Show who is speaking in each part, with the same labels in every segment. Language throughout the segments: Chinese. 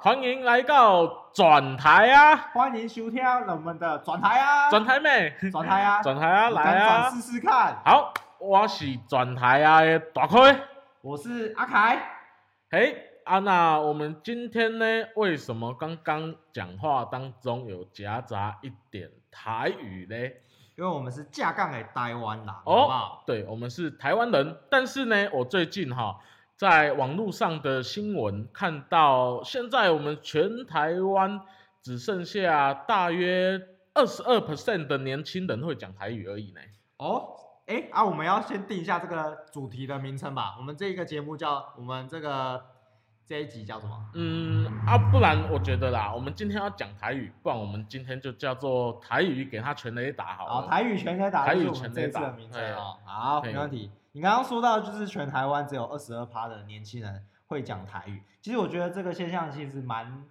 Speaker 1: 欢迎来到转台啊，
Speaker 2: 欢迎收听我们的转台啊，
Speaker 1: 转台妹，
Speaker 2: 转台啊，
Speaker 1: 转台啊，
Speaker 2: 你
Speaker 1: 来
Speaker 2: 敢
Speaker 1: 啊
Speaker 2: 转！试试看。
Speaker 1: 好，我是转台啊的大亏。
Speaker 2: 我是阿凯，
Speaker 1: 嘿，啊，那我们今天呢，为什么刚刚讲话当中有夹杂一点台语嘞？
Speaker 2: 因为我们是架杠的台湾人，好不
Speaker 1: 哦
Speaker 2: 好？，
Speaker 1: 对，我们是台湾人，但是呢，我最近哈在网络上的新闻看到，现在我们全台湾只剩下大约二十二 percent 的年轻人会讲台语而已呢。
Speaker 2: 哦，哎啊，我们要先定一下这个主题的名称吧。我们这一个节目叫我们这个这一集叫什么？
Speaker 1: 嗯啊，不然我觉得啦，我们今天要讲台语，不然我们今天就叫做台语给他全雷打好
Speaker 2: 好，
Speaker 1: 了。
Speaker 2: 哦台语全台打
Speaker 1: 台
Speaker 2: 就
Speaker 1: 语
Speaker 2: 是我们这一
Speaker 1: 全
Speaker 2: 次
Speaker 1: 台打
Speaker 2: 的名称哦。好，
Speaker 1: 对
Speaker 2: 没问题。你刚刚说到就是全台湾只有二十二趴的年轻人会讲台语，其实我觉得这个现象其实蛮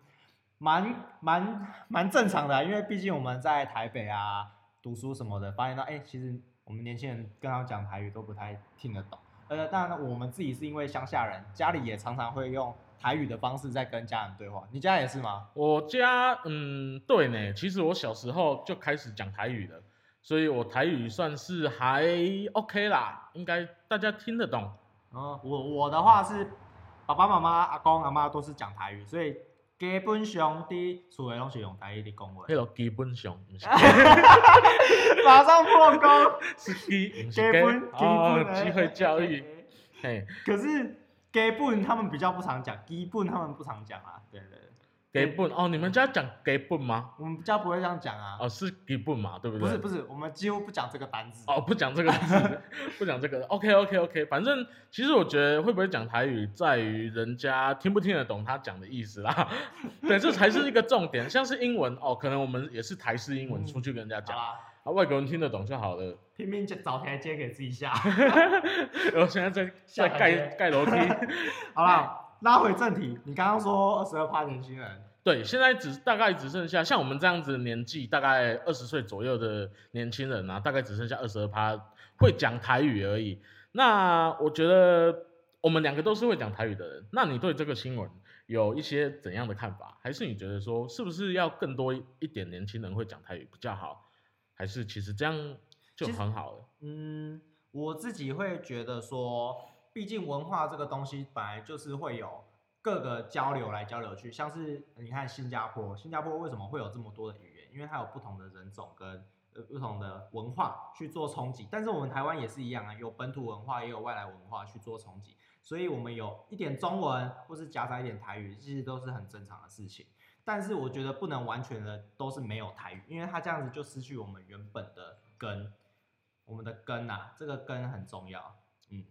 Speaker 2: 蛮蛮蛮正常的啊，因为毕竟我们在台北啊读书什么的，发现到哎、其实我们年轻人跟他们讲台语都不太听得懂。呃，当然我们自己是因为乡下人，家里也常常会用台语的方式在跟家人对话。你家也是吗？
Speaker 1: 我家嗯，对呢，其实我小时候就开始讲台语了，所以我台语算是还 OK 啦，应该大家听得懂。
Speaker 2: 嗯，我我的话是爸爸妈妈、阿公阿妈都是讲台语，所以基本上伫厝的拢是用台语伫讲话
Speaker 1: 迄。个基本上毋是
Speaker 2: 马上破功，
Speaker 1: 是基，毋
Speaker 2: 基
Speaker 1: 是
Speaker 2: 本
Speaker 1: 基
Speaker 2: 基
Speaker 1: 哦
Speaker 2: 本，的
Speaker 1: 机会教育。。嘿，
Speaker 2: 可是基本他们比较不常讲，基本他们不常讲啊。对对对，
Speaker 1: 基本哦，你们家讲基本吗？
Speaker 2: 我们比较不会这样讲啊。
Speaker 1: 哦，是基本嘛，对不
Speaker 2: 不
Speaker 1: 对？
Speaker 2: 是不是，我们几乎不讲这个单字。
Speaker 1: 哦，不讲这个字， 不讲这个。OK OK OK，反正其实我觉得会不会讲台语，在于人家听不听得懂他讲的意思啦。 对，这才是一个重点。像是英文哦，可能我们也是台式英文
Speaker 2: 嗯
Speaker 1: 出去跟人家
Speaker 2: 好
Speaker 1: 讲，啊，
Speaker 2: 啦，
Speaker 1: 外国人听得懂就好了。
Speaker 2: 拼命找台阶给自己下。
Speaker 1: 然后现在在
Speaker 2: 下
Speaker 1: 在盖
Speaker 2: 台阶
Speaker 1: 盖楼梯。
Speaker 2: 好啦，拉回正题，你刚刚说二十二趴年轻人，
Speaker 1: 对，现在只大概只剩下像我们这样子的年纪，大概二十岁左右的年轻人啊，大概只剩下二十二趴会讲台语而已。那我觉得我们两个都是会讲台语的人，那你对这个新闻有一些怎样的看法？还是你觉得说是不是要更多一点年轻人会讲台语比较好？还是其实这样就
Speaker 2: 其实
Speaker 1: 很好了？
Speaker 2: 嗯，我自己会觉得说，毕竟文化这个东西本来就是会有各个交流来交流去，像是你看新加坡，新加坡为什么会有这么多的语言？因为它有不同的人种跟呃不同的文化去做冲击。但是我们台湾也是一样啊，有本土文化也有外来文化去做冲击，所以我们有一点中文或是夹杂一点台语，其实都是很正常的事情。但是我觉得不能完全的都是没有台语，因为它这样子就失去我们原本的根，我们的根呐、这个根很重要，嗯，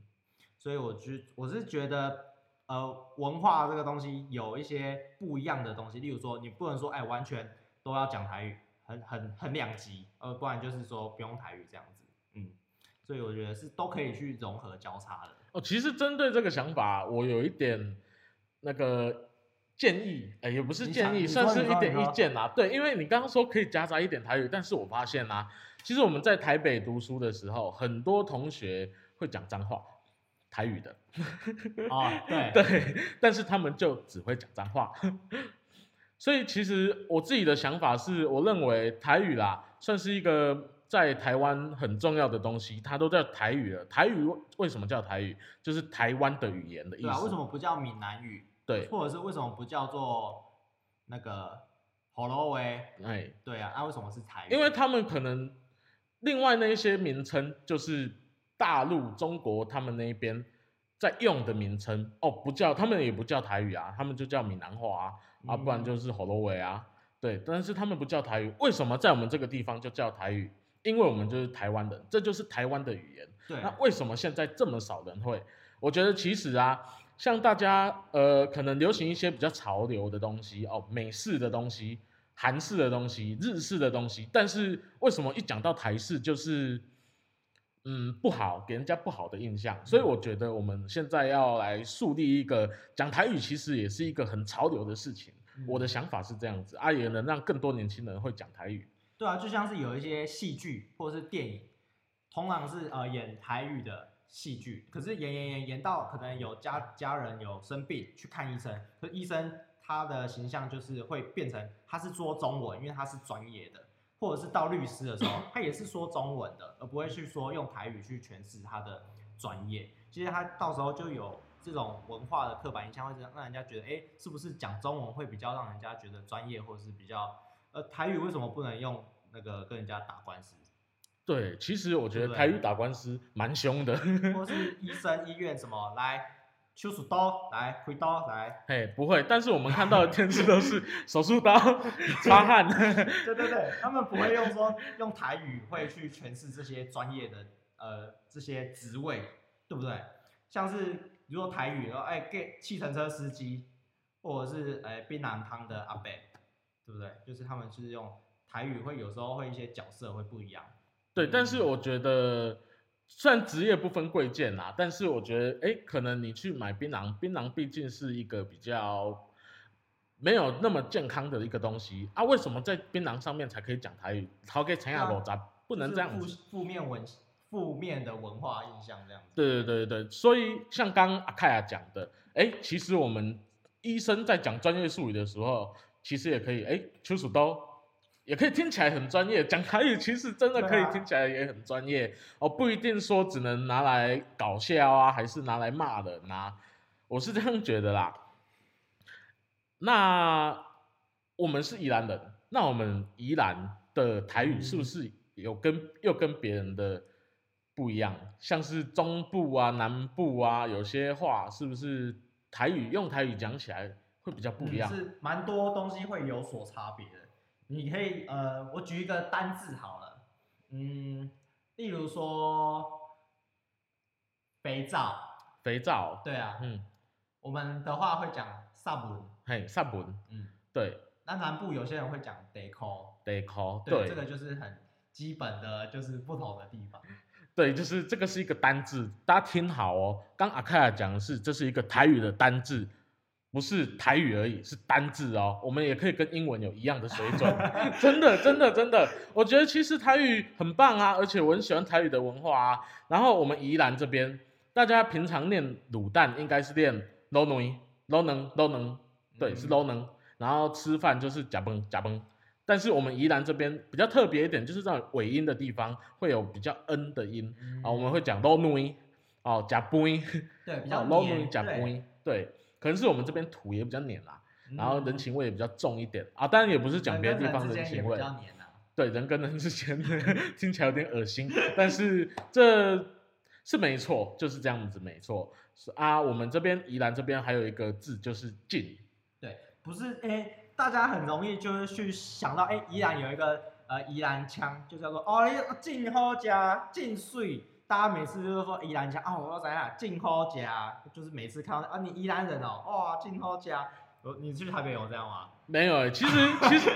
Speaker 2: 所以我觉我是觉得，呃，文化这个东西有一些不一样的东西，例如说你不能说哎完全都要讲台语，很很很两极，呃，不然就是说不用台语这样子，嗯，所以我觉得是都可以去融合交叉的，
Speaker 1: 哦，其实针对这个想法，我有一点那个建议，哎、也不是
Speaker 2: 你
Speaker 1: 建
Speaker 2: 想
Speaker 1: 议，
Speaker 2: 你
Speaker 1: 算
Speaker 2: 说
Speaker 1: 是
Speaker 2: 你
Speaker 1: 一
Speaker 2: 说
Speaker 1: 点
Speaker 2: 你
Speaker 1: 意
Speaker 2: 说
Speaker 1: 见啦。对，因为你刚刚说可以夹杂一点台语，但是我发现啦、啊其实我们在台北读书的时候，很多同学会讲脏话，台语的，
Speaker 2: 哦，对，
Speaker 1: 对， 但是他们就只会讲脏话。 所以其实我自己的想法是，我认为台语啦，算是一个在台湾很重要的东西，它都叫台语了。台语为什么叫台语？就是台湾的语言的意思。
Speaker 2: 对啊，为什么不叫闽南语？
Speaker 1: 对，
Speaker 2: 或者是为什么不叫做那个 Hello 喂？
Speaker 1: 哎，
Speaker 2: 对啊，那、为什么是台语？
Speaker 1: 因为他们可能另外那一些名称就是大陆、中国他们那一边在用的名称哦，不叫他们也不叫台语啊，他们就叫闽南话啊，啊，不然就是吼罗维啊，对，但是他们不叫台语，为什么在我们这个地方就叫台语？因为我们就是台湾人，这就是台湾的语言。
Speaker 2: 对啊
Speaker 1: 那为什么现在这么少人会？我觉得其实啊，像大家呃，可能流行一些比较潮流的东西哦，美式的东西、韩式的东西、日式的东西，但是为什么一讲到台式就是嗯不好，给人家不好的印
Speaker 2: 嗯
Speaker 1: 象？所以我觉得我们现在要来树立一个讲台语，其实也是一个很潮流的事情。
Speaker 2: 嗯
Speaker 1: 我的想法是这样子啊，也能让更多年轻人会讲台语。
Speaker 2: 对啊，就像是有一些戏剧或者是电影，通常是呃演台语的戏剧，可是演演演演到可能有家家人有生病去看医生，可是医生他的形象就是会变成他是说中文，因为他是专业的，或者是到律师的时候，他也是说中文的，而不会去说用台语去诠释他的专业。其实他到时候就有这种文化的刻板印象，会让让人家觉得，哎、是不是讲中文会比较让人家觉得专业，或者是比较呃台语为什么不能用那个跟人家打官司，
Speaker 1: 对，其实我觉
Speaker 2: 对
Speaker 1: 得台语打官司蛮凶的，
Speaker 2: 或是医生医院什么来手术刀来挥刀来，
Speaker 1: 嘿，不会。但是我们看到的电视都是手术刀、擦汗，
Speaker 2: 对对对，他们不会用说用台语会去诠释这些专业的呃这些职位，对不对？像是如果台语，然后哎给计程车司机，或者是哎槟榔汤的阿伯，对不对？就是他们就是用台语会有时候会一些角色会不一样，
Speaker 1: 对。但是我觉得，虽然职业不分贵贱啦，但是我觉得，哎，可能你去买槟榔，槟榔毕竟是一个比较没有那么健康的一个东西啊。为什么在槟榔上面才可以讲台语？逃给陈亚
Speaker 2: 对啊
Speaker 1: 罗咱不能
Speaker 2: 就
Speaker 1: 这
Speaker 2: 是
Speaker 1: 样子。
Speaker 2: 负负面文负面的文化印象这样子。
Speaker 1: 对对对对对，所以像刚刚阿凯亚讲的，哎，其实我们医生在讲专业术语的时候，其实也可以，哎，秋鼠刀也可以听起来很专业，讲台语其实真的可
Speaker 2: 对
Speaker 1: 以
Speaker 2: 啊
Speaker 1: 听起来也很专业、哦，不一定说只能拿来搞笑啊，还是拿来骂人啊，我是这样觉得啦。那我们是宜兰人，那我们宜兰的台语
Speaker 2: 嗯
Speaker 1: 是不是有跟又跟别人的不一样？像是中部啊、南部啊，有些话是不是台语用台语讲起来会比较不一样？
Speaker 2: 嗯是蛮多东西会有所差别的。你可以呃，我举一个单字好了，嗯，例如说肥皂，
Speaker 1: 肥皂，
Speaker 2: 对啊，
Speaker 1: 嗯，
Speaker 2: 我们的话会讲 sub，
Speaker 1: 嘿，散文，
Speaker 2: 嗯，
Speaker 1: 对，
Speaker 2: 那南部有些人会讲 deco，
Speaker 1: 得考，
Speaker 2: 对，
Speaker 1: 对
Speaker 2: 这个就是很基本的，就是不同的地方。
Speaker 1: 对，就是这个是一个单字，大家听好哦。刚阿凯亚讲的是，这是一个台语的单字，不是台语而已，是单字哦。我们也可以跟英文有一样的水准，真的，真的，真的。我觉得其实台语很棒啊，而且我很喜欢台语的文化啊。然后我们宜兰这边，大家平常念卤蛋应该是念 l o n i l o n l o n 对，是
Speaker 2: 嗯
Speaker 1: l o n 然后吃饭就是假崩假崩。但是我们宜兰这边比较特别一点，就是在尾音的地方会有比较 n 的音，
Speaker 2: 嗯
Speaker 1: 啊，我们会讲 low nui，哦，假 b u i
Speaker 2: 对 比较
Speaker 1: low
Speaker 2: 黏
Speaker 1: nui 假 b u
Speaker 2: 对
Speaker 1: i 对，可能是我们这边土也比较黏啦，
Speaker 2: 嗯
Speaker 1: 然后人情味也比较重一点啊，当然也不是讲
Speaker 2: 人
Speaker 1: 别的
Speaker 2: 跟
Speaker 1: 地
Speaker 2: 人
Speaker 1: 方
Speaker 2: 之
Speaker 1: 人
Speaker 2: 间也
Speaker 1: 情
Speaker 2: 比
Speaker 1: 味，
Speaker 2: 较黏啊，
Speaker 1: 对，人跟人之 间听起来有点恶心，但是这是没错，就是这样子，没错。是啊，我们这边宜兰这边还有一个字就是近，
Speaker 2: 对，不是哎、诶大家很容易就是去想到哎、诶宜兰有一个呃宜兰腔，就叫做哦，你进好家进水。大家每次就是说宜兰腔啊，我要怎样进好家，就是每次看到啊你宜兰人哦，哇进好家，呃你去台北有这样吗？
Speaker 1: 没有欸，其实其实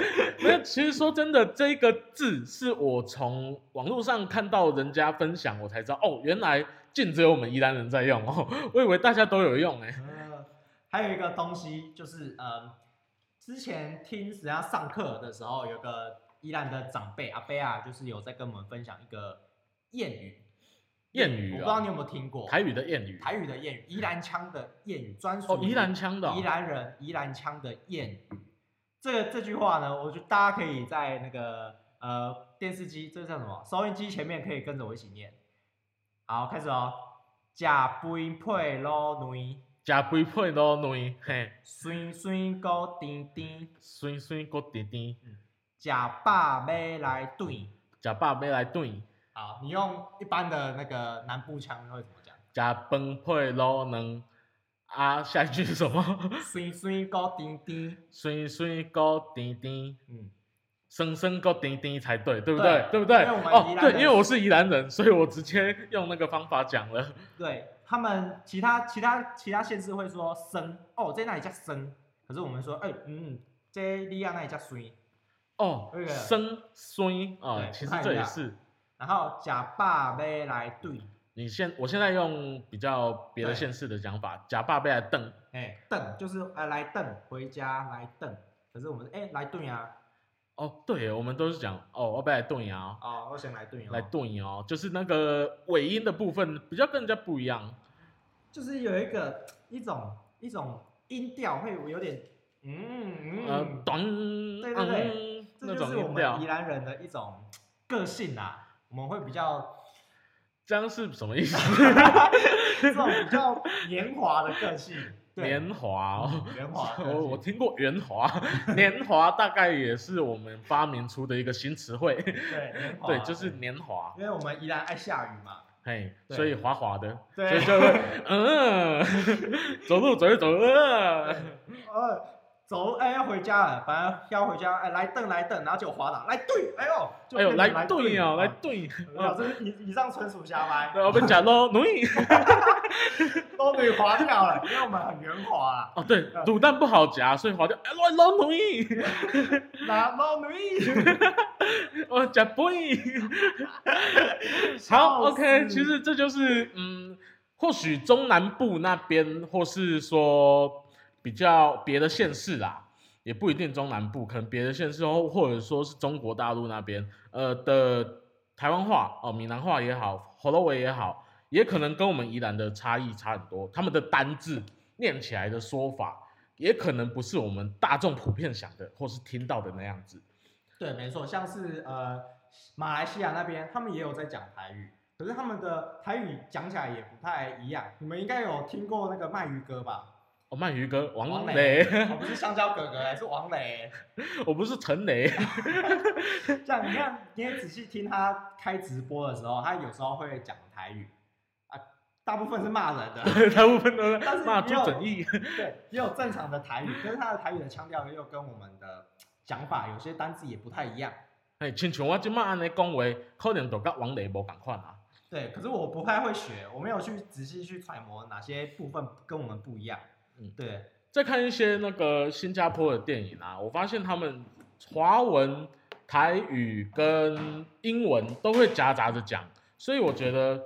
Speaker 1: 没有，其实说真的，这个字是我从网络上看到人家分享，我才知道哦，原来竟只有我们宜兰人在用哦， 我以为大家都有用哎。
Speaker 2: 呃，还有一个东西就是呃，之前听人家上课的时候，有个宜兰的长辈阿贝啊，就是有在跟我们分享一个谚语，
Speaker 1: 谚语
Speaker 2: 我不知道
Speaker 1: 啊
Speaker 2: 你，有没有听过
Speaker 1: 台语的谚语，
Speaker 2: 台语的谚语，宜兰腔的谚语，专属
Speaker 1: 哦，
Speaker 2: 于
Speaker 1: 宜兰腔的哦、
Speaker 2: 宜兰人宜兰腔的谚语。这个这句话呢，我觉得大家可以在那个呃电视机，这叫什么？收音机前面可以跟着我一起念。好，开始哦。假肥配老女，
Speaker 1: 假肥配咯软，嘿，
Speaker 2: 酸酸高甜甜，
Speaker 1: 酸酸个甜甜，
Speaker 2: 假饱买来炖。
Speaker 1: 假饱要来炖，
Speaker 2: 好，你用一般的那个南部腔会怎么讲？
Speaker 1: 假饭配咯软。啊，下一句是什么？
Speaker 2: 酸酸高甜甜，
Speaker 1: 酸酸个甜甜。
Speaker 2: 嗯，
Speaker 1: 生生够丁丁才对，对不
Speaker 2: 对
Speaker 1: 对？对不对？
Speaker 2: 因为我们宜
Speaker 1: 哦，
Speaker 2: 兰
Speaker 1: 对，
Speaker 2: 人
Speaker 1: 因为我是宜兰人，所以我直接用那个方法讲了。
Speaker 2: 对他们其他其他其他县市会说生哦，在那里叫生，可是我们说哎、嗯，在利亚那里叫水，
Speaker 1: 哦
Speaker 2: 对，啊
Speaker 1: 生酸啊
Speaker 2: 对，
Speaker 1: 其实
Speaker 2: 不太
Speaker 1: 这
Speaker 2: 一
Speaker 1: 也
Speaker 2: 样
Speaker 1: 是
Speaker 2: 然后假爸杯来对，
Speaker 1: 你现我现在用比较别的
Speaker 2: 对
Speaker 1: 县市的讲法，假爸被来瞪，
Speaker 2: 哎、邓就是哎、来邓回家来邓，可是我们哎、来对啊，
Speaker 1: 哦，对耶，我们都是讲哦，我被来瞪牙，
Speaker 2: 哦我想来对哦，
Speaker 1: 来瞪牙哦，就是那个尾音的部分比较跟人家不一样。
Speaker 2: 就是有一个一种一种音调会有点嗯
Speaker 1: 呃
Speaker 2: 嗯，，
Speaker 1: 咚，
Speaker 2: 对对对
Speaker 1: 嗯
Speaker 2: 这
Speaker 1: 那
Speaker 2: 就是
Speaker 1: 种
Speaker 2: 我
Speaker 1: 音调
Speaker 2: 们宜，兰人的一种个性啊，我们会比较
Speaker 1: 这样是什么意思？
Speaker 2: 这种比较 年华的个性， 对嗯
Speaker 1: 年华 哦。
Speaker 2: 年华的个
Speaker 1: 我
Speaker 2: 性，
Speaker 1: 我听过圆 滑，年华大概也是我们发明出的一个新 词汇，
Speaker 2: 哦对年华，
Speaker 1: 对，就是年华，
Speaker 2: 因为我们宜兰爱下雨嘛，
Speaker 1: 嘿，
Speaker 2: 对
Speaker 1: 所以滑滑的，
Speaker 2: 对
Speaker 1: 所以就 会嗯，走路走一走，嗯，
Speaker 2: 呃，走，哎，要回家了，反正要回家，哎，来蹬来蹬，然后就滑倒，来对，哎呦，就
Speaker 1: 哎呦，
Speaker 2: 变成
Speaker 1: 来
Speaker 2: 对
Speaker 1: 对哦，来
Speaker 2: 啊
Speaker 1: 对，
Speaker 2: 没有，这是以以上纯属瞎掰，
Speaker 1: 对，我们讲喽， 努力
Speaker 2: 哦都被划掉了，因为我们很圆滑啊。
Speaker 1: 哦，对，卤蛋不好夹，所以滑掉，哎，来喽，努力，
Speaker 2: 那么你，
Speaker 1: 我哦夹 boy，好
Speaker 2: 笑死
Speaker 1: ，OK，其实这就是嗯，或许中南部那边，或是说比较别的县市啦。也不一定中南部，可能别的县市或或者说是中国大陆那边，呃的台湾话哦，闽南话也好，喉咙尾也好，也可能跟我们宜兰的差异差很多。他们的单字念起来的说法，也可能不是我们大众普遍想的或是听到的那样子。
Speaker 2: 对，没错，像是呃马来西亚那边，他们也有在讲台语，可是他们的台语讲起来也不太一样。你们应该有听过那个鳗鱼哥吧？
Speaker 1: 哦，鳗鱼哥王
Speaker 2: 王
Speaker 1: 雷，
Speaker 2: 我哦不是香蕉哥哥，是王磊。
Speaker 1: 我不是陈雷，
Speaker 2: 这样你看，你也仔细听他开直播的时候，他有时候会讲台语啊，大部分是骂人的。
Speaker 1: 大部分都
Speaker 2: 但
Speaker 1: 在
Speaker 2: 是
Speaker 1: 骂
Speaker 2: 你
Speaker 1: 朱
Speaker 2: 要
Speaker 1: 准义。
Speaker 2: 对，也有正常的台语，但是他的台语的腔调又跟我们的讲法有些单字也不太一样。
Speaker 1: 哎，亲像我即马安尼讲话，可能就甲王雷无共款啊。
Speaker 2: 对，可是我不太会学，我没有去仔细去揣摩哪些部分跟我们不一样。
Speaker 1: 嗯
Speaker 2: 对，
Speaker 1: 再看一些那个新加坡的电影啊，我发现他们华文、台语跟英文都会夹杂着讲，所以我觉得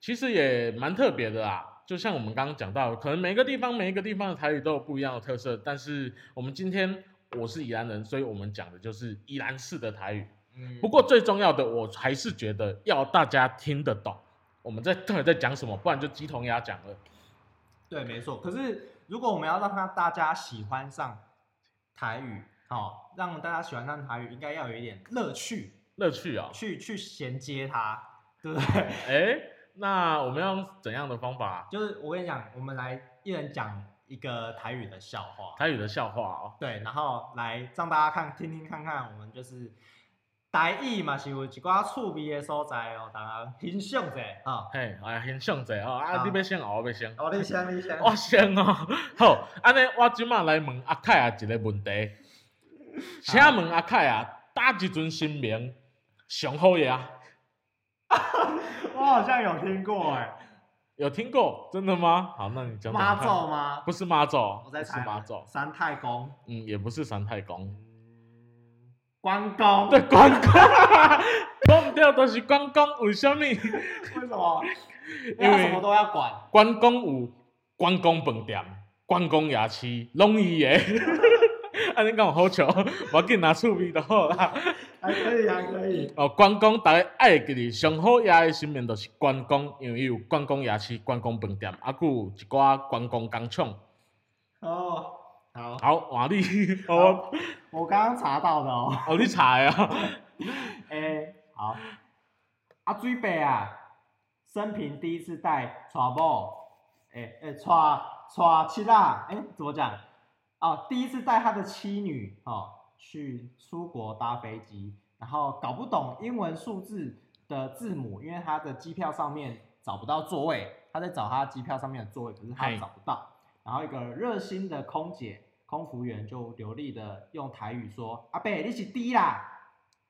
Speaker 1: 其实也蛮特别的啦。就像我们刚刚讲到的，可能每个地方每一个地方的台语都有不一样的特色，但是我们今天我是宜兰人，所以我们讲的就是宜兰式的台语。
Speaker 2: 嗯
Speaker 1: 不过最重要的，我还是觉得要大家听得懂我们在到底在讲什么，不然就鸡同鸭讲了。
Speaker 2: 对，没错。可是如果我们要让他大家喜欢上台语，好、让大家喜欢上台语，应该要有一点乐趣，
Speaker 1: 乐趣啊、
Speaker 2: 去去衔接它，对不对？
Speaker 1: 哎，那我们要用怎样的方 法？哦
Speaker 2: 就是我跟你讲，我们来一人讲一个台语的笑话，
Speaker 1: 台语的笑话哦。
Speaker 2: 对，然后来让大家看听听看看，我们就是台语嘛是有一寡趣味的所在哦，大家欣赏者啊。
Speaker 1: 嘿，哎，很像者哦，啊，
Speaker 2: 好
Speaker 1: 你要先哦，我要先，
Speaker 2: 哦，你先，你先。
Speaker 1: 我先哦。好，安尼我即马来问阿凯啊一个问题，请问阿凯啊，哪一阵新名上好呀、
Speaker 2: 我好像有听过哎、
Speaker 1: 有听过？真的吗？好，那你讲讲
Speaker 2: 妈
Speaker 1: 看
Speaker 2: 祖吗？
Speaker 1: 不是妈祖，
Speaker 2: 我在
Speaker 1: 不是
Speaker 2: 猜
Speaker 1: 妈祖，
Speaker 2: 三太公、
Speaker 1: 嗯，也不是三太公，
Speaker 2: 关公。
Speaker 1: 嗯对，，关公， 讲掉都是关公，为什么？
Speaker 2: 为什么？因为
Speaker 1: 因
Speaker 2: 他
Speaker 1: 为
Speaker 2: 什么都要管。
Speaker 1: 关公有关公饭店、关公夜市，拢伊个。 安尼讲有好笑，无要紧拿趣味就好啦。
Speaker 2: 还可以，还可以。
Speaker 1: 哦，关公大家爱记哩，上好夜的新闻就是关公，因为伊有关公夜市、关公饭店，啊，佮有一寡关公工厂。
Speaker 2: 哦，好，
Speaker 1: 好，换你，
Speaker 2: 啊
Speaker 1: 哦，
Speaker 2: 我刚刚查到的哦。
Speaker 1: 哦，你查的啊？
Speaker 2: 哎、好。啊，水伯啊，生平第一次带娶某，哎、哎，娶娶妻啦，哎、怎么讲？哦，第一次带他的妻女哦去出国搭飞机，然后搞不懂英文数字的字母，因为他的机票上面找不到座位，他在找他机票上面的座位，可是他
Speaker 1: 嘿
Speaker 2: 找不到。然后一个热心的空姐、空服员就流利的用台语说：“阿伯，你是 D 啦。”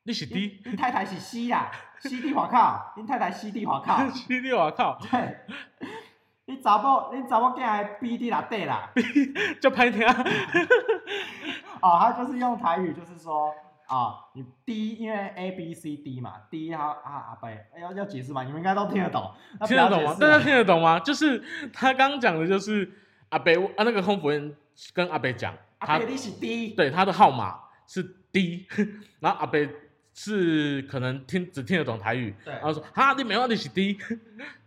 Speaker 1: 你是 D，
Speaker 2: 你你太太是 C 啦，C D 华靠，你太太 C D 华靠，
Speaker 1: 是你外靠，
Speaker 2: 对，你查某你查某囝的 B D 啦对啦，
Speaker 1: 足歹听。
Speaker 2: 哦，他就是用台语就是说啊、你 D 因为 A B C D 嘛，D 他啊阿伯要要解释嘛，你们应该都听得懂，那不
Speaker 1: 听
Speaker 2: 要
Speaker 1: 得懂吗？
Speaker 2: 解释啊
Speaker 1: 大
Speaker 2: 了
Speaker 1: 家听得懂吗？就是他刚刚讲的，就是阿北啊，那个空服员跟阿北讲，
Speaker 2: 阿
Speaker 1: 他
Speaker 2: 伯你是 D，
Speaker 1: 对他的号码是 D，然后阿北是可能听只听得懂台语，
Speaker 2: 对
Speaker 1: 然后说哈你没问题是低，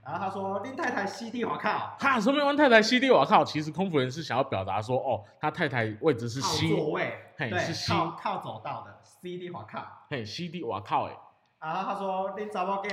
Speaker 2: 然后他说令太太 CT 我靠，
Speaker 1: 哈说明完太太犀利，我靠，其实空服人是想要表达说哦，他太太位置是
Speaker 2: 靠
Speaker 1: C，
Speaker 2: 座位，
Speaker 1: 嘿
Speaker 2: 对，
Speaker 1: 是 C
Speaker 2: 靠靠走道的 CT 我靠。
Speaker 1: 嘿 C D 我靠 哎、
Speaker 2: 然后他说你查某囝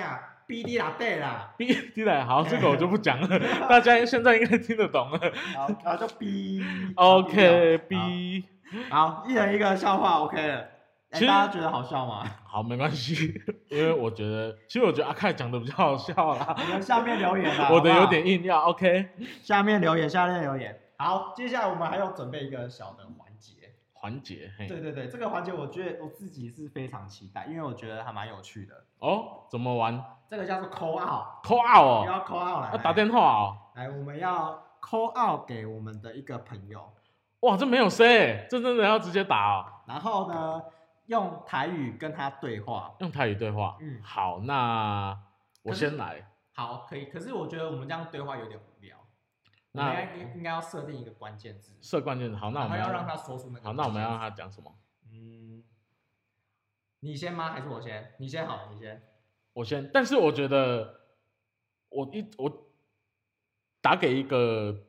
Speaker 2: BD 啦对啦，
Speaker 1: B D 来好，这个我就不讲了， 大家现在应该听得懂了。
Speaker 2: 然后然后就 B
Speaker 1: OK
Speaker 2: 好
Speaker 1: B，
Speaker 2: 好，一人一个笑话 OK 了。哎
Speaker 1: 其实
Speaker 2: 大家觉得好笑吗？
Speaker 1: 好没关系， 因为我觉得其实我觉得阿凯讲的比较好笑啦，
Speaker 2: 你们下面留言啦， 好
Speaker 1: 我的
Speaker 2: 不
Speaker 1: 有
Speaker 2: 好
Speaker 1: 点硬要 OK
Speaker 2: 下面留言，下面留言。好，接下来我们还要准备一个小的环节。
Speaker 1: 环节嘿
Speaker 2: 对对对，这个环节我觉得我自己是非常期待，因为我觉得还蛮有趣的。
Speaker 1: 哦怎么玩
Speaker 2: 这个叫做 call out，
Speaker 1: call
Speaker 2: 不
Speaker 1: out 哦，
Speaker 2: 要 call out 来，
Speaker 1: 要打电话哦。
Speaker 2: 来，我们要 call out 给我们的一个朋友，
Speaker 1: 哇，这没有 C，、欸、这真的要直接打哦，
Speaker 2: 然后呢，用台语跟他对话。
Speaker 1: 用台语对话。
Speaker 2: 嗯
Speaker 1: 好，那我先来。
Speaker 2: 好，可以。可是我觉得我们这样对话有点无聊，我们应
Speaker 1: 那
Speaker 2: 该应该要设定一个关键字，
Speaker 1: 设关键字，好，那我
Speaker 2: 然后
Speaker 1: 们
Speaker 2: 要让他说出那个。
Speaker 1: 好，那我们要让他讲什么？
Speaker 2: 嗯，你先吗？还是我先？你先好了，你先。
Speaker 1: 我先，但是我觉得我一我打给一个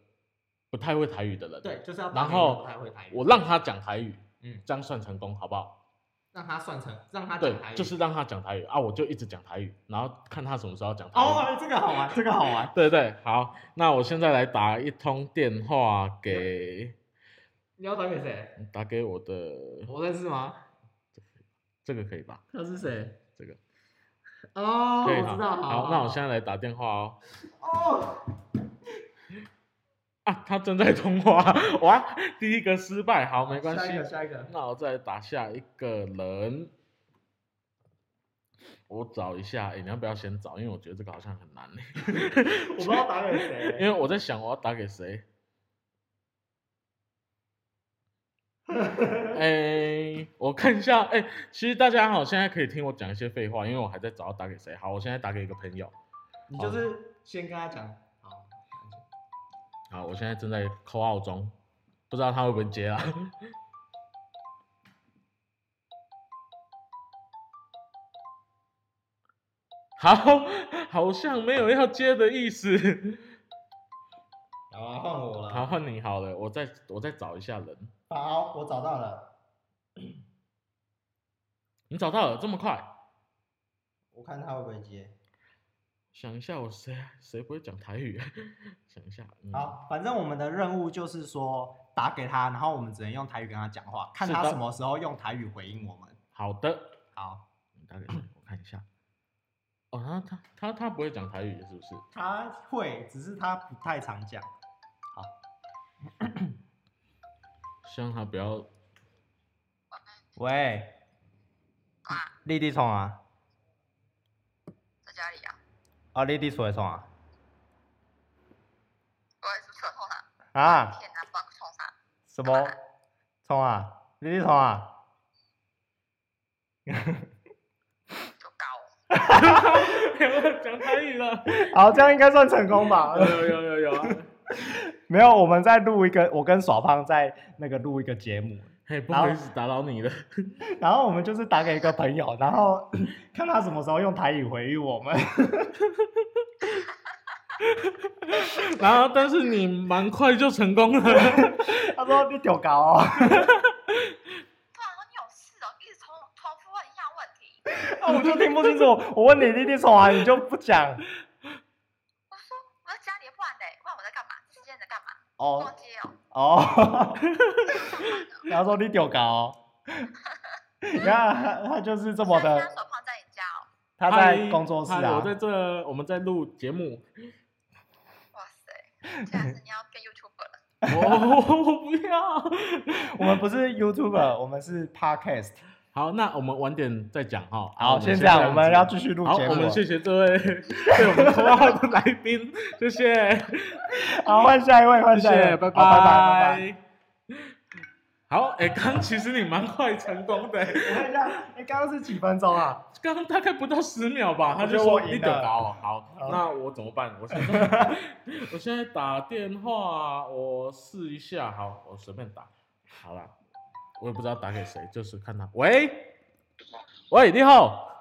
Speaker 1: 不太会台语的人，
Speaker 2: 对，，就是要
Speaker 1: 然
Speaker 2: 打给
Speaker 1: 后
Speaker 2: 你不太会台语，
Speaker 1: 我让他讲台语，
Speaker 2: 嗯，
Speaker 1: 这样算成功，好不好？
Speaker 2: 让他算成，让他
Speaker 1: 对
Speaker 2: 讲台，语，
Speaker 1: 就是让他讲台语啊，我就一直讲台语，然后看他什么时候讲台语。
Speaker 2: 哦，这个好玩，这个好玩。
Speaker 1: 对对，好，那我现在来打一通电话给
Speaker 2: 你要打给谁？
Speaker 1: 打给我的
Speaker 2: 我认识吗？
Speaker 1: 这个可以吧？
Speaker 2: 他是谁？
Speaker 1: 这个
Speaker 2: 哦，
Speaker 1: 可以
Speaker 2: 我知道，
Speaker 1: 好，那我现在来打电话哦。
Speaker 2: 哦，
Speaker 1: 啊，他正在通话，哇，第一个失败，好，没关
Speaker 2: 下一个，
Speaker 1: 系。
Speaker 2: 下一个。
Speaker 1: 那我再打下一个人，我找一下。哎、你要不要先找？因为我觉得这个好像很难欸，
Speaker 2: 我不知道打给
Speaker 1: 因为
Speaker 2: 谁。
Speaker 1: 我在想我要打给谁。哎、我看一下，哎、其实大家好，现在可以听我讲一些废话，因为我还在找要打给谁。好，我现在打给一个朋友。
Speaker 2: 你就是先跟他讲。好，
Speaker 1: 好，我现在正在扣号中，不知道他会不会接啊？好，好像没有要接的意思。
Speaker 2: 好啊，换我
Speaker 1: 好，
Speaker 2: 了。
Speaker 1: 换你好了，我再我再找一下人。
Speaker 2: 好，我找到了。
Speaker 1: 你找到了这么快？
Speaker 2: 我看他会不会接。
Speaker 1: 想一下，我谁 谁不会讲台语？啊 想一下，嗯、，
Speaker 2: 好，反正我们的任务就是说打给他，然后我们只能用台语跟他讲话，看
Speaker 1: 是
Speaker 2: 他
Speaker 1: 的
Speaker 2: 什么时候用台语回应我们。
Speaker 1: 好的，
Speaker 2: 好，
Speaker 1: 你打给谁？我看一下。哦，他他他他不会讲台语是不是？
Speaker 2: 他会，只是他不太常讲。
Speaker 1: 希望他不 要
Speaker 2: 喂，你伫创啊？
Speaker 3: 在家里啊，
Speaker 2: 啊，你伫厝会创啊？
Speaker 3: 我也是车后啊，
Speaker 2: 啊？
Speaker 3: 天哪，放冲啊！
Speaker 2: 什么？创啊？你伫创啊？
Speaker 3: 就高，
Speaker 1: 讲台语了。
Speaker 2: 好，这样应该算成功 吧？
Speaker 1: 有有有有啊！
Speaker 2: 没有，我们在录一个，我跟耍胖在那个录一个节目，
Speaker 1: 嘿，不好意思打扰你了。
Speaker 2: 然后我们就是打给一个朋友，然后 看他什么时候用台语回应我们。
Speaker 1: 然后，但是你蛮快就成功了。
Speaker 2: 他说你丢高哦，
Speaker 3: 突然说你有事哦，一直重重复问一样问题。
Speaker 2: 啊我就听不清楚。我问你你伫创啊，你就不讲。
Speaker 3: 我说我在家里，不然嘞，不然我在干嘛？之前在干嘛？
Speaker 2: 哦
Speaker 3: 逛街
Speaker 2: 哦，
Speaker 3: 哦，
Speaker 2: 然后说你丢高哦，你看他他就是这么
Speaker 3: 所以现
Speaker 2: 的
Speaker 3: 在，手放在你家哦，
Speaker 2: 他在工作室
Speaker 1: 嗨嗨
Speaker 2: 啊
Speaker 1: 我，在这，我们在录节目。
Speaker 3: 哇塞，这样子你要变 YouTuber 了，
Speaker 1: 哦， 不要。
Speaker 2: 我们不是 YouTuber，我们是 Podcast。
Speaker 1: 好，那我们晚点再讲哈。
Speaker 2: 好，
Speaker 1: 先
Speaker 2: 先这样，
Speaker 1: 子
Speaker 2: 我们要继续录
Speaker 1: 好，
Speaker 2: 节
Speaker 1: 我
Speaker 2: 目
Speaker 1: 们。谢谢这位对我们绰号的来宾，谢谢，
Speaker 2: 好，换下一位，换
Speaker 1: 谢
Speaker 2: 下一
Speaker 1: 谢，
Speaker 2: 位，
Speaker 1: 拜
Speaker 2: 好拜拜，拜拜。
Speaker 1: 拜。 好，哎，刚其实你蛮快成功的，
Speaker 2: 我看一下，哎，刚刚是几分钟啊？
Speaker 1: 刚刚大概不到十秒吧，他
Speaker 2: 我觉
Speaker 1: 就
Speaker 2: 得
Speaker 1: 说
Speaker 2: 我赢了
Speaker 1: 一点高。好，
Speaker 2: 好
Speaker 1: 那我怎么办？我现 在我现在打电话，我试一下。好，我随便打。好啦，我也不知道打给谁，就是看他。喂，喂，你好。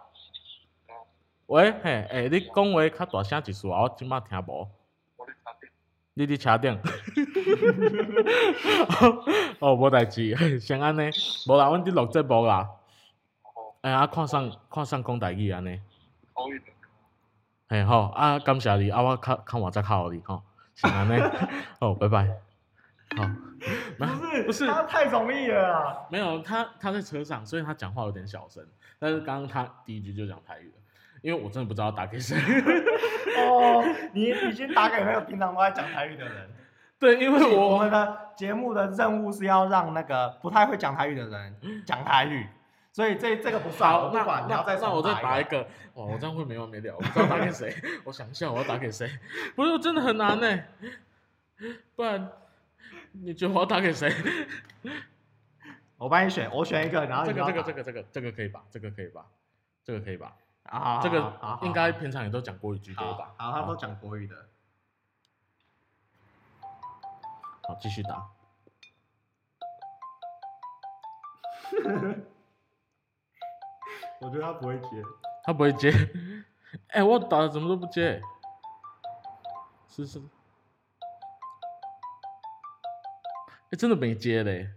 Speaker 1: 喂，嘿，诶、你讲话较大声一丝仔，我即摆听无。
Speaker 4: 我咧查定，
Speaker 1: 你伫车顶。 哦，无代志， 先安尼。无啦，阮伫录节目啦。
Speaker 4: 哦，
Speaker 1: 哎、啊，看上看上讲代志安尼。
Speaker 4: 好运的，
Speaker 1: 嘿好，啊，感谢你，啊，我较较晚再靠你吼，是安 尼，哦，拜拜，好，没有
Speaker 2: 不是
Speaker 1: 不是
Speaker 2: 他太容易了啊。
Speaker 1: 没有，他他在车上，所以他讲话有点小声，但是刚刚他第一句就讲台语了，因为我真的不知道打给谁，
Speaker 2: 哦，你已经打给没有平常都在讲台语的人。
Speaker 1: 对， 因为
Speaker 2: 我
Speaker 1: 我
Speaker 2: 们的节目的任务是要让那个不太会讲台语的人讲台语， 所以这这个不算，我
Speaker 1: 好，
Speaker 2: 不
Speaker 1: 那
Speaker 2: 管你要
Speaker 1: 那
Speaker 2: 再
Speaker 1: 那我再打
Speaker 2: 打
Speaker 1: 一个，哇，我这样会没完没了，我不知道打给谁，我想一下我要打给谁，不是真的很难呢、不然你觉得我要打给谁？
Speaker 2: 我帮你选，我选一个，然后
Speaker 1: 这
Speaker 2: 啊你
Speaker 1: 个这个
Speaker 2: 个
Speaker 1: 这个这个这个可以吧？这个可以吧？这个可以吧？
Speaker 2: 啊，
Speaker 1: 这
Speaker 2: 好好
Speaker 1: 个
Speaker 2: 好
Speaker 1: 应该平常也都讲国语居多
Speaker 2: 好
Speaker 1: 吧
Speaker 2: 好，？他都讲国语的。
Speaker 1: 好，继续打。
Speaker 2: 我觉得他不会接，
Speaker 1: 他不会接。 哎、我打了怎么都不接？是是。哎、真的没接嘞。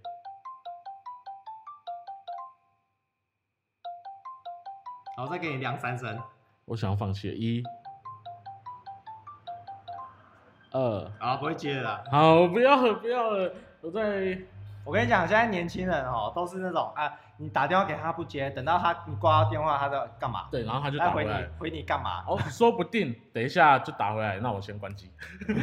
Speaker 2: 好，再给你量三声。
Speaker 1: 我想要放弃了，一、二，
Speaker 2: 啊，不会接的啦。
Speaker 1: 好，不要了，不要了，我在。
Speaker 2: 我跟你讲，现在年轻人哦，都是那种啊，你打电话给他不接，等到他你挂到电话，他在干嘛？
Speaker 1: 对，然后他就
Speaker 2: 他
Speaker 1: 打回
Speaker 2: 回
Speaker 1: 来。
Speaker 2: 你回你干嘛？
Speaker 1: 哦，说不定等一下就打回来，那我先关机。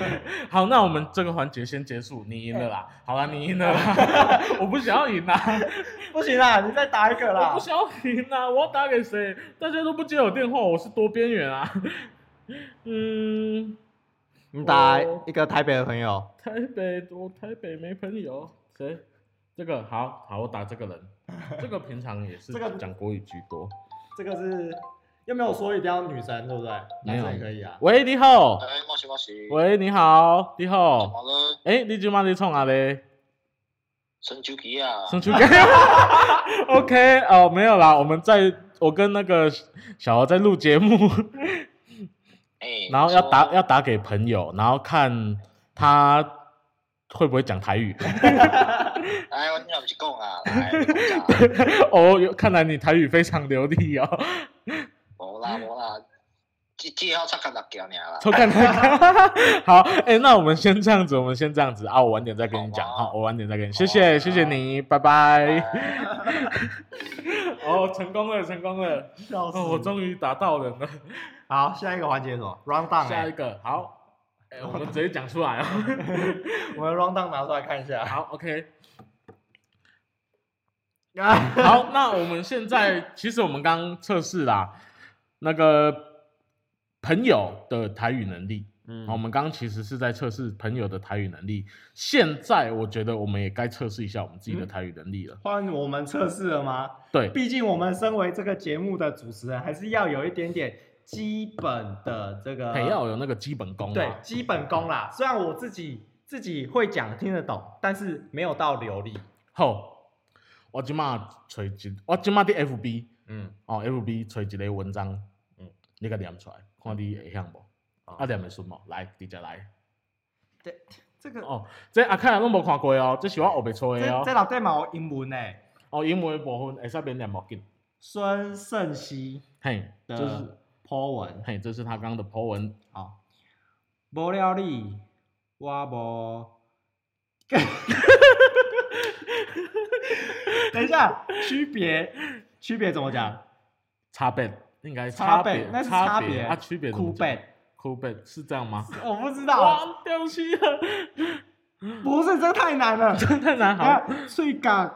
Speaker 1: 好，那我们这个环节先结束，你赢了啦。
Speaker 2: 哎
Speaker 1: 好啦，你赢了啦， 我不想要赢啦，
Speaker 2: 不行啦，你再打一个
Speaker 1: 我
Speaker 2: 啦
Speaker 1: 不。想要赢啦，我要打给谁？大家都不接我电话，我是多边缘啊。 嗯，
Speaker 2: 你
Speaker 1: 打
Speaker 2: 打
Speaker 1: 一
Speaker 2: 一个台北的朋友。
Speaker 1: 台北，我台北没朋友，谁？这个好好，我打这 个人，这个平常也是
Speaker 2: 这个
Speaker 1: 讲国语居多。
Speaker 2: 这个是又没有说一定要女生，对不对？
Speaker 1: 没
Speaker 2: 男
Speaker 1: 有
Speaker 2: 生也可以啊。
Speaker 1: 喂，你好，
Speaker 4: 哎，恭喜恭喜，，
Speaker 1: 喂，你好，你
Speaker 4: 怎
Speaker 1: 好，
Speaker 4: 么了？
Speaker 1: 哎、你今晚在创啊嘞？
Speaker 4: 生秋皮啊，
Speaker 1: 生出给 ，OK 哦，没有啦，我们在我跟那个小豪在录节目，
Speaker 4: 哎，
Speaker 1: 然后要打
Speaker 4: 说
Speaker 1: 要打给朋友，然后看他会不会讲台语。
Speaker 4: 哎，我你老是讲啊，来，你讲啊
Speaker 1: 哦，有看来你台语非常流利哦，
Speaker 4: 无啦无啦，这这要插卡六件尔啦，
Speaker 1: 抽看看 看。好，哎、那我们先这样子，我们先这样子啊，我晚点再跟你讲
Speaker 4: 好啊
Speaker 1: 哈、我晚点再跟你，
Speaker 4: 好啊
Speaker 1: 谢谢谢谢你，拜拜。
Speaker 4: 哎
Speaker 1: 哦，成功了，成功了，
Speaker 2: 笑
Speaker 1: 哦，我终于打到人了。
Speaker 2: 好，下一个环节是什么？round down，、
Speaker 1: 下一
Speaker 2: 欸、
Speaker 1: 个好，哎、我们直接讲出来 哦。
Speaker 2: 欸我们 round down 拿出来看一下。
Speaker 1: 好，OK。
Speaker 2: 啊，
Speaker 1: 好，那我们现在其实我们刚测试啦，那个朋友的台语能力。
Speaker 2: 嗯
Speaker 1: 好，我们刚刚其实是在测试朋友的台语能力。现在我觉得我们也该测试一下我们自己的台语能力了。
Speaker 2: 换我们测试了吗？
Speaker 1: 对，
Speaker 2: 毕竟我们身为这个节目的主持人，还是要有一点点基本的这个
Speaker 1: 得要有那个基本功
Speaker 2: 对
Speaker 1: 啊。
Speaker 2: 基本功啦。虽然我自己自己会讲听得懂，但是没有到流利。
Speaker 1: 好，我今嘛找一，我今嘛伫 FB
Speaker 2: 嗯，
Speaker 1: 哦，FB 找一个文章，嗯
Speaker 2: 嗯，哦
Speaker 1: 你甲念出来，看你会晓无？啊，念会顺无？来，直接来。
Speaker 2: 这个、
Speaker 1: 哦，这阿凯拢无看过哦，这是我学袂出的
Speaker 2: 这
Speaker 1: 哦
Speaker 2: 这。老对嘛，我英文诶、
Speaker 1: 哦，英文的部分会使免念无紧。
Speaker 2: 孙胜熙
Speaker 1: 嘿，这是
Speaker 2: 的 po 文。
Speaker 1: 嘿，这是他刚刚的 po 文。
Speaker 2: 好，啊无了你，我无。 等一下，区别区别怎么讲？
Speaker 1: 差别应该
Speaker 2: 差
Speaker 1: 别
Speaker 2: 别，那是
Speaker 1: 差
Speaker 2: 差别
Speaker 1: 啊，区别怎么
Speaker 2: 哭
Speaker 1: 讲
Speaker 2: 背，
Speaker 1: 哭背是这样吗？
Speaker 2: 我不知道，
Speaker 1: 哇，掉漆了，
Speaker 2: 不是这太难了。
Speaker 1: 真的难好。
Speaker 2: 啊，最敢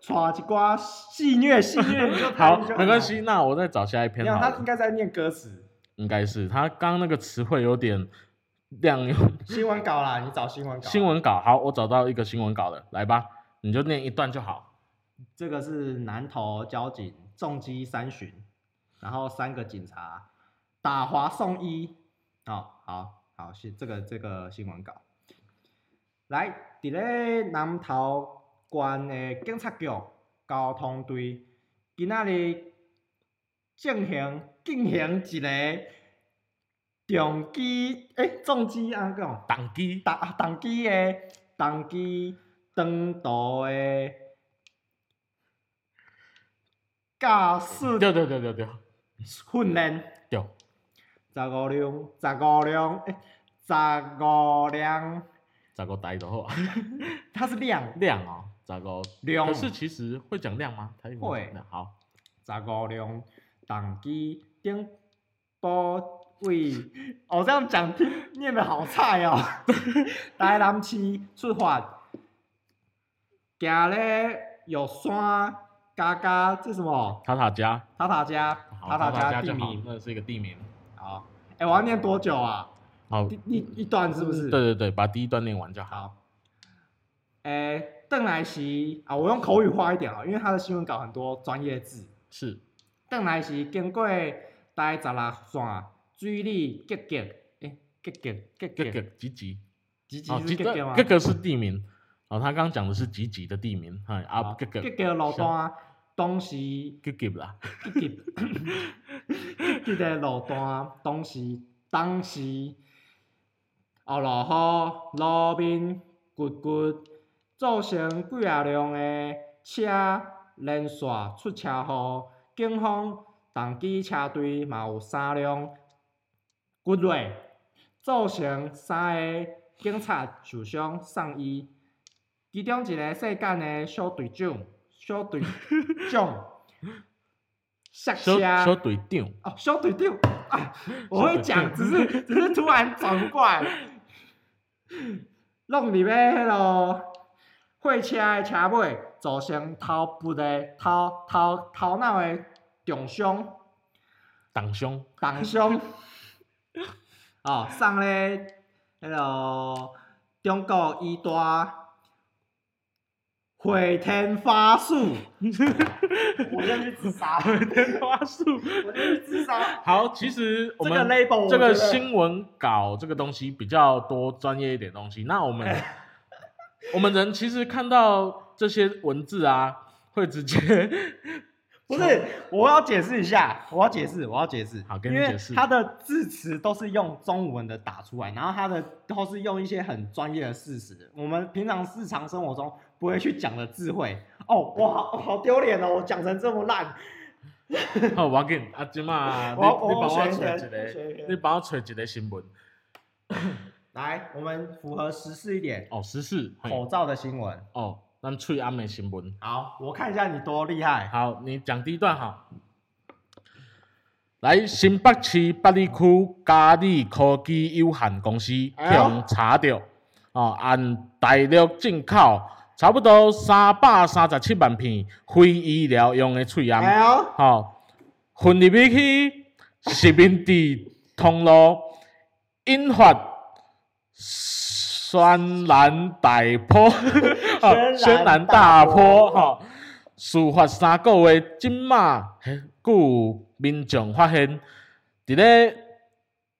Speaker 2: 耍一瓜戏虐戏虐，你就
Speaker 1: 好
Speaker 2: 你就，
Speaker 1: 没关系，那我再找下一篇
Speaker 2: 你看
Speaker 1: 好
Speaker 2: 他应
Speaker 1: 了。
Speaker 2: 该在念歌词，
Speaker 1: 应该是他刚刚那个词汇有点量有
Speaker 2: 新闻稿啦，你找新闻稿。
Speaker 1: 新闻稿。好，我找到一个新闻稿了，来吧，你就念一段就好。
Speaker 2: 这个是南投交警重击三巡，然后三个警察打滑送医。哦，好好是这个这个新闻稿。来，伫咧南投县的警察局交通队，今仔日进行进行一个重机诶重机啊讲
Speaker 1: 挡机
Speaker 2: 重重机诶重机长途诶驾驶
Speaker 1: 对对对对对
Speaker 2: 训练。
Speaker 1: 对，
Speaker 2: 十五辆，十五辆，诶，十五辆，
Speaker 1: 咋个呆的话
Speaker 2: 它是辆，
Speaker 1: 量哦，咋个
Speaker 2: 量
Speaker 1: 可是其实会讲量吗？台语会讲量好，
Speaker 2: 十五辆党机顶保卫。我、哦、这样讲念的好菜哦。台南市出发，行咧玉山加加这什么
Speaker 1: 塔塔加，
Speaker 2: 塔塔加
Speaker 1: 好
Speaker 2: 塔塔加地
Speaker 1: 就好，
Speaker 2: 名。
Speaker 1: 那是一个地名。
Speaker 2: 好，诶、我要念多久啊？
Speaker 1: 好，
Speaker 2: 一一一段是不是？
Speaker 1: 对对对，把第一段念完就好。
Speaker 2: 好，诶、邓来时啊，我用口语化一点了，因为他的新闻稿很多专业字。
Speaker 1: 是
Speaker 2: 邓来时经过台十六线水利结节，诶、结节结
Speaker 1: 哥哥
Speaker 2: 节，
Speaker 1: 吉吉，
Speaker 2: 吉吉
Speaker 1: 哦，
Speaker 2: 是
Speaker 1: 吉
Speaker 2: 结节吗
Speaker 1: 哥？哥是地名，哦，他刚讲的是吉吉的地名，哎啊，哥哥
Speaker 2: 结节路段啊当时结
Speaker 1: 哥哥啦，
Speaker 2: 节结节的路段当时当时后落雨，路面骨骨，造成几啊辆的车连续出车祸。警方同机车队嘛有三辆骨落，造成三个警察受伤送医。其中一个细间的小队长，小队长摔
Speaker 1: 小
Speaker 2: 车。
Speaker 1: 小队 长，
Speaker 2: 哦，小腿丢啊！我会讲，只是只是突然转不过来，弄入诶迄落货车的车尾，造成头部的头头头脑的重伤、
Speaker 1: 党兄，
Speaker 2: 重伤。哦，送咧迄落中国医大回天乏术，我先去自杀，
Speaker 1: 天花树。
Speaker 2: 我先去自杀。
Speaker 1: 好，其实我
Speaker 2: 这个
Speaker 1: 们
Speaker 2: label 我
Speaker 1: 这个
Speaker 2: 觉得
Speaker 1: 新闻稿这个东西比较多专业一点东西。那我 们我们人其实看到这些文字啊，会直接
Speaker 2: 不是，我要解释一下，我要解释，我要解释。
Speaker 1: 好跟
Speaker 2: 因
Speaker 1: 你
Speaker 2: 为
Speaker 1: 解释
Speaker 2: 它的字词都是用中文的打出来，然后它的都是用一些很专业的事实，我们平常日常生活中不会去讲的智慧。哦，我好我好丢脸哦，我讲成这么烂。
Speaker 1: 好，哦我要给你阿金 嘛，你
Speaker 2: 我
Speaker 1: 你
Speaker 2: 要
Speaker 1: 帮
Speaker 2: 我学
Speaker 1: 我找
Speaker 2: 学
Speaker 1: 一
Speaker 2: 学
Speaker 1: 个
Speaker 2: 学，
Speaker 1: 你帮我找一个新闻
Speaker 2: 来，我们符合时事一点，
Speaker 1: 哦，时事嘿
Speaker 2: 口罩的新闻。
Speaker 1: 哦，咱翠安的新闻。
Speaker 2: 好，我看一下你多厉害。
Speaker 1: 好，你讲第一段哈。来，新北市八里区嘉里科技有限公司
Speaker 2: 哎呦
Speaker 1: 调查到，哦，按大陆进口差不多三百三十七万片非医疗用的喙
Speaker 2: 哎
Speaker 1: 安，
Speaker 2: 呦，
Speaker 1: 吼、混入去食品地通路，引发轩然大波，哦
Speaker 2: 轩
Speaker 1: 轩
Speaker 2: 然
Speaker 1: 然
Speaker 2: 大
Speaker 1: 大
Speaker 2: 波
Speaker 1: 波吼。事发三个月，即马嘿，佫有民众发现，伫咧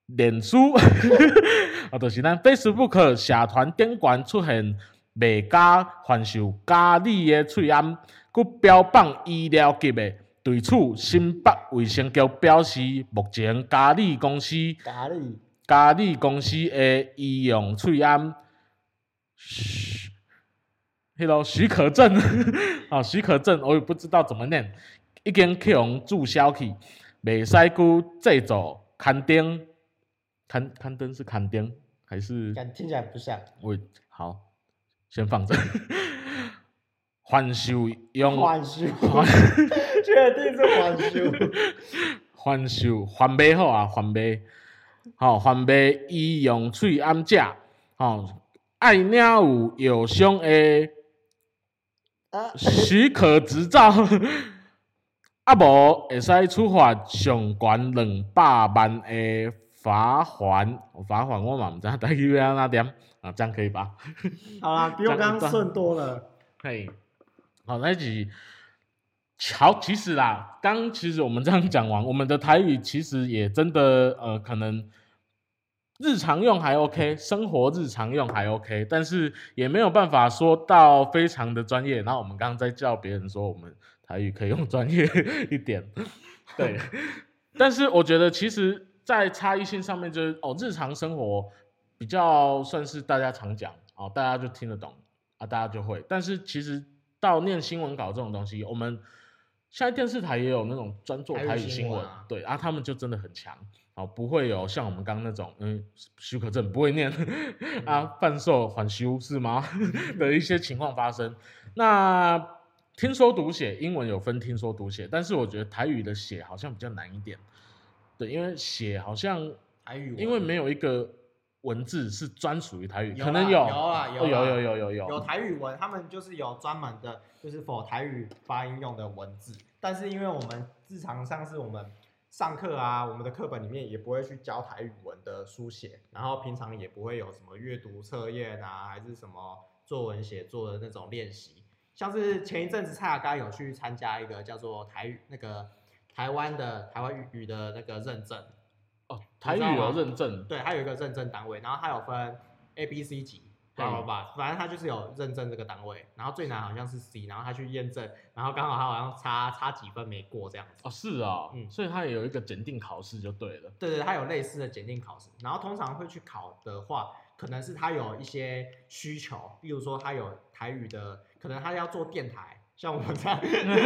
Speaker 1: 脸书， 啊，就是咱 Facebook 社团顶悬出现卖家贩售假理的喙安，佮标榜医疗级的。对此，新北卫生局表示，目前嘉理公司
Speaker 2: 咖喱，
Speaker 1: 嘉理公司的医用喙安，许迄啰许可证， 啊、许可证我也不知道怎么念，已经去互注销去，袂使去制作刊登，刊刊登是刊登还是？
Speaker 2: 感听起来不像。
Speaker 1: 我好，先放着。 反售用
Speaker 2: 缓修， 确定是缓修。
Speaker 1: 翻售翻卖好啊，翻卖，吼、翻卖医用喙暗者，吼、爱领有药商的
Speaker 2: 啊
Speaker 1: 许可执照， 啊无会使处罚上悬两百万的罚款，哦罚款我嘛毋知影台语要安怎念，啊，这样可以吧？
Speaker 2: 好啦，比我刚刚顺多了。
Speaker 1: 嘿，好，那一集，好，其实啦，刚其实我们这样讲完，我们的台语其实也真的，呃，可能日常用还 OK，生活日常用还 OK，但是也没有办法说到非 常的专业。然后我们刚刚在叫别人说，我们台语可以用专业一点。对，但是我觉得其实，在差异性上面，就是哦，日常生活比较算是大家常讲哦，大家就听得懂啊，大家就会。但是其实到念新闻稿这种东西，我们现在电视台也有那种专做台
Speaker 2: 台语
Speaker 1: 语
Speaker 2: 新
Speaker 1: 新
Speaker 2: 闻
Speaker 1: 闻，
Speaker 2: 啊
Speaker 1: 对啊，他们就真的很强。哦，不会有像我们刚刚那种，嗯，许可证不会念
Speaker 2: 嗯
Speaker 1: 啊，贩售缓修是吗 的一些情况发生。那听说读写，英文有分听说读写，但是我觉得台语的写好像比较难一点。对，因为写好像
Speaker 2: 台语文，
Speaker 1: 因为没有一个文字是专属于台语，
Speaker 2: 有
Speaker 1: 可能
Speaker 2: 啦
Speaker 1: 有
Speaker 2: 有啊
Speaker 1: 哦
Speaker 2: 有啦
Speaker 1: 有有有有
Speaker 2: 有台语文，他们就是有专门的，就是否台语发音用的文字。但是因为我们日常上是我们上课啊，我们的课本里面也不会去教台语文的书写，然后平常也不会有什么阅读测验啊，还是什么作文写作的那种练习。像是前一阵子蔡雅刚有去参加一个叫做台语那个台湾的台湾语语的那个认证，
Speaker 1: 哦，台语
Speaker 2: 你知道
Speaker 1: 有
Speaker 2: 吗
Speaker 1: 认证，
Speaker 2: 对，它有一个认证单位，然后它有分 A、B、C 级，
Speaker 1: 嗯
Speaker 2: 好吧，反正它就是有认证这个单位，然后最难好像是 C，然后他去验证，然后刚好他好像差差几分没过这样子。
Speaker 1: 哦是啊、
Speaker 2: 嗯
Speaker 1: 所以它也有一个检定考试就对了。
Speaker 2: 对对，它有类似的检定考试，然后通常会去考的话，可能是他有一些需求，例如说他有台语的，可能他要做电台，像我们这 样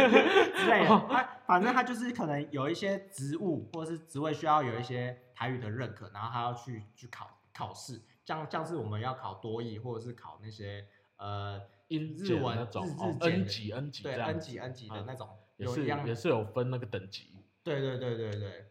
Speaker 2: 之类
Speaker 1: 哦
Speaker 2: 的，他反正他就是可能有一些职务或者是职位需要有一些台语的认可，然后他要去去考考试，像像是我们要考多译或者是考那些呃
Speaker 1: 英
Speaker 2: 日
Speaker 1: 检
Speaker 2: 文
Speaker 1: 那种
Speaker 2: 日
Speaker 1: 哦
Speaker 2: 日检
Speaker 1: ，N
Speaker 2: 的
Speaker 1: 级 N 级
Speaker 2: 对
Speaker 1: 这样
Speaker 2: N
Speaker 1: 子
Speaker 2: 级 N 级的
Speaker 1: 嗯
Speaker 2: 那种，
Speaker 1: 也
Speaker 2: 有一
Speaker 1: 是
Speaker 2: 样
Speaker 1: 也是有分那个等级。
Speaker 2: 对对对对对，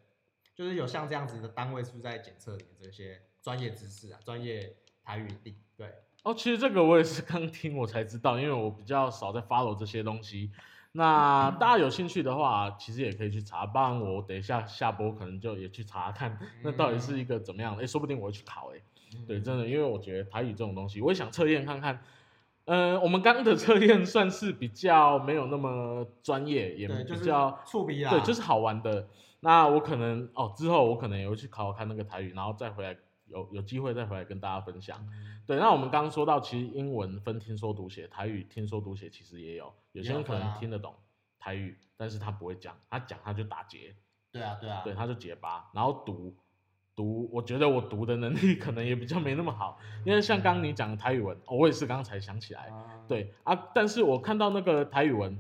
Speaker 2: 就是有像这样子的单位是在检测你这些专业知识啊，专业台语力。对，
Speaker 1: 哦，其实这个我也是刚听我才知道，因为我比较少在 follow 这些东西。那
Speaker 2: 嗯
Speaker 1: 大家有兴趣的话，其实也可以去查。不然我等一下下播可能就也去查看，那到底是
Speaker 2: 嗯
Speaker 1: 一个怎么样？诶，说不定我会去考诶。对，真的，因为我觉得台语这种东西，我也想测验看看。嗯、我们刚刚的测验算是比较没有那么专业，也
Speaker 2: 嗯对，就
Speaker 1: 比
Speaker 2: 是
Speaker 1: 较
Speaker 2: 触鼻啦，
Speaker 1: 对，就是好玩的。那我可能哦，之后我可能也会去考考看那个台语，然后再回来有有机会再回来跟大家分享。对，那我们刚刚说到，其实英文分听说读写，台语听说读写其实也有，有些人
Speaker 2: 也有
Speaker 1: 可
Speaker 2: 分啊
Speaker 1: 能听得懂台语，但是他不会讲，他讲他就打结，
Speaker 2: 对啊对啊，
Speaker 1: 对，他就结巴，然后读读，我觉得我读的能力 可能也比较没那么好，因为像刚刚你讲的台语文，哦我也是刚才想起来，
Speaker 2: 啊，
Speaker 1: 对啊，但是我看到那个台语文，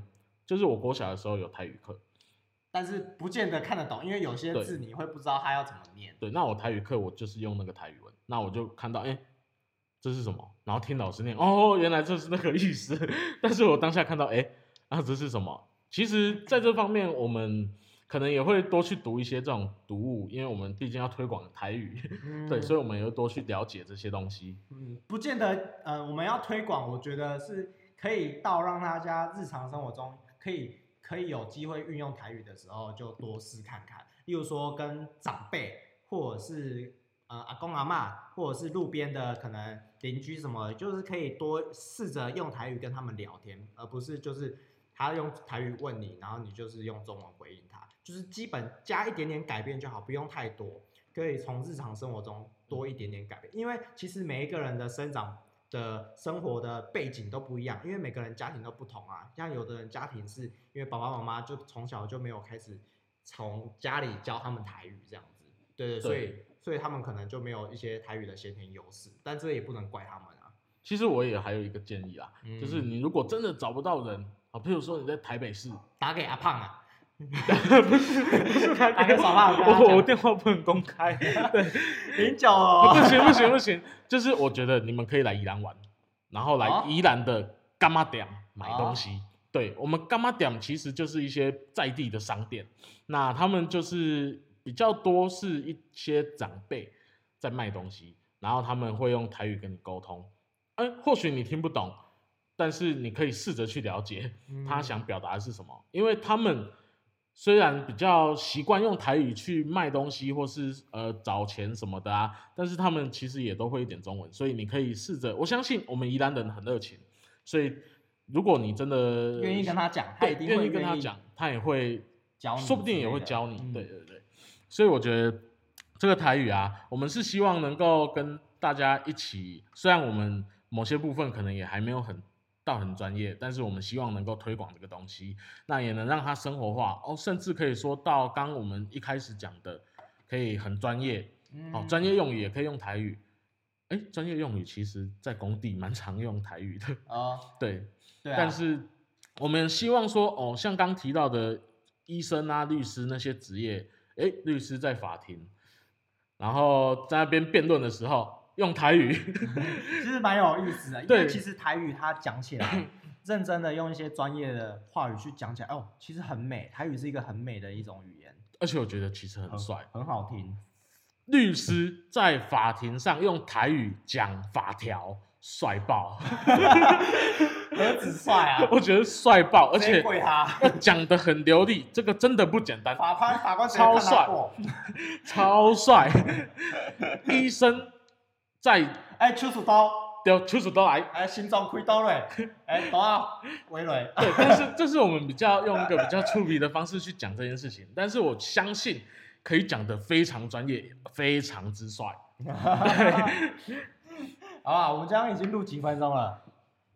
Speaker 1: 就是我国小的时候有台语课，
Speaker 2: 但是不见得看得懂，因为有些
Speaker 1: 对
Speaker 2: 字你会不知道它要怎么念。
Speaker 1: 对，那我台语课我就是用那个台语文，那我就看到哎、诶这是什么？然后听老师念，哦，原来这是那个意思。 但是我当下看到，哎、啊，这是什么？其实在这方面，我们可能也会多去读一些这种读物，因为我们毕竟要推广台语，
Speaker 2: 嗯
Speaker 1: 对，所以我们也会多去了解这些东西。
Speaker 2: 嗯，不见得，呃，我们要推广，我觉得是可以呃到让大家日常生活中可以可以有机会运用台语的时候，就多试看看。例如说跟长辈，或者是呃阿公阿嬷，或者是路边的可能邻居什么，就是可以多试着用台语跟他们聊天，而不是就是他用台语问你，然后你就是用中文回应他，就是基本加一点点改变就好，不用太多。可以从日常生活中多一点点改变，因为其实每一个人的生长的生活的背景都不一样，因为每个人家庭都不同啊。像有的人家庭是因为爸爸妈妈就从小就没有开始从家里教他们台语这样子，对对，所以所以他们可能就没有一些台语的先天优势，但这也不能怪他们啊。
Speaker 1: 其实我也还有一个建议啦，就是
Speaker 2: 嗯
Speaker 1: 你如果真的找不到人啊，比如说你在台北市，
Speaker 2: 打给阿胖啊，
Speaker 1: 不是不是台
Speaker 2: 打
Speaker 1: 北
Speaker 2: 给
Speaker 1: 市，
Speaker 2: 小胖，啊跟他
Speaker 1: 我我
Speaker 2: 讲
Speaker 1: 电话不能公 开，对。
Speaker 2: 零九
Speaker 1: 不
Speaker 2: 哦，
Speaker 1: 行不行不行，就是我觉得你们可以来宜兰玩，然后来
Speaker 2: 哦
Speaker 1: 宜兰的干妈点买
Speaker 2: 哦
Speaker 1: 东西。对我们干妈点其实就是一些在地的商店，那他们就是比较多是一些长辈在卖东西，然后他们会用台语跟你沟通。哎，或许你听不懂，但是你可以试着去了解 他
Speaker 2: 嗯
Speaker 1: 想表达的是什么，因为他们虽然比较习惯用台语去卖东西或是呃找钱什么的啊，但是他们其实也都会一点中文，所以你可以试着，我相信我们宜兰人很热情，所以如果你真的
Speaker 2: 嗯愿意跟他讲，他
Speaker 1: 对
Speaker 2: 一定
Speaker 1: 愿
Speaker 2: 会
Speaker 1: 意跟他讲，他也会
Speaker 2: 教你之类的，
Speaker 1: 说不定也会教你。
Speaker 2: 嗯
Speaker 1: 对对对，所以我觉得这个台语啊，我们是希望能够跟大家一起，虽然我们某些部分可能也还没有很到很专业，但是我们希望能够推广这个东西，那也能让它生活化哦，甚至可以说到刚刚我们一开始讲的，可以很专业
Speaker 2: 嗯
Speaker 1: 哦，专业用语也可以用台语。哎，专业用语其实在工地蛮常用台语的，
Speaker 2: 啊，
Speaker 1: 对，
Speaker 2: 对啊，
Speaker 1: 但是我们希望说，哦，像刚提到的医生啊、律师那些职业，诶，律师在法庭，然后在那边辩论的时候用台语，
Speaker 2: 其实蛮有意思的，因
Speaker 1: 对
Speaker 2: 为其实台语它讲起 来，认真的用一些专业的话语去讲起来，哦，其实很美，台语是一个很美的一种语言，
Speaker 1: 而且我觉得其实很帅。
Speaker 2: 很好 听。
Speaker 1: 律师在法庭上用台语讲法条，帅爆！
Speaker 2: 何止帅啊！
Speaker 1: 我觉得帅爆， 而
Speaker 2: 直接
Speaker 1: 且
Speaker 2: 跪他，
Speaker 1: 要讲的很流利，这个真的不简单。
Speaker 2: 法官法官直接
Speaker 1: 超
Speaker 2: 看他哦
Speaker 1: 帅
Speaker 2: 过
Speaker 1: 超帅。医生在
Speaker 2: 哎，出手刀，
Speaker 1: 丢球手都来，
Speaker 2: 哎，心脏开刀 嘞，哎，刀啊，围雷，
Speaker 1: 对，但是这是我们比较用一个比较粗鄙的方式去讲这件事情，但是我相信可以讲得非常专业，非常之帅。
Speaker 2: 好啊，我们这样已经录几分钟了，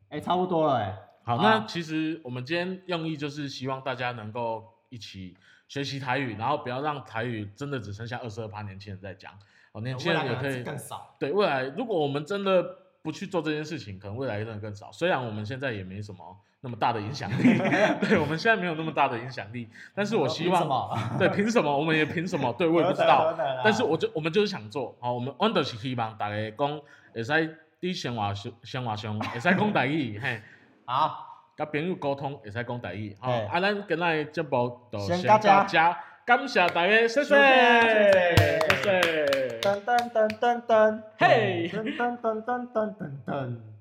Speaker 2: 哎，差不多了，哎，
Speaker 1: 好，
Speaker 2: 好
Speaker 1: 那其实我们今天用意就是希望大家能够一起学习台语，然后不要让台语真的只剩下二十二趴年轻人在讲，哦，年轻
Speaker 2: 未来
Speaker 1: 人
Speaker 2: 可
Speaker 1: 也
Speaker 2: 能
Speaker 1: 可
Speaker 2: 是
Speaker 1: 以
Speaker 2: 更少。
Speaker 1: 对未来，如果我们真的不去做这件事情，可能未来真的更少。虽然我们现在也没什么那么大的影响力， 对我们现在没有那么大的影响力，但是我希
Speaker 2: 凭什
Speaker 1: 望，
Speaker 2: 么
Speaker 1: 对，凭什么？我们也凭什么？对我也不知 道。，
Speaker 2: 何德何能啊
Speaker 1: 但是我就我们就是想做，好、我们 on 是希望大家讲，会使你生活上生活上会使讲台语，嘿，
Speaker 2: 好，
Speaker 1: 甲朋友沟通会使讲台语，好、
Speaker 2: 嘿
Speaker 1: 啊，咱今仔的节目就
Speaker 2: 先
Speaker 1: 先
Speaker 2: 到
Speaker 1: 到
Speaker 2: 这
Speaker 1: 这，感谢大家，谢谢，
Speaker 2: 谢
Speaker 1: 谢谢。
Speaker 2: 噔噔噔噔噔，
Speaker 1: 嘿
Speaker 2: 噔噔噔噔噔噔噔。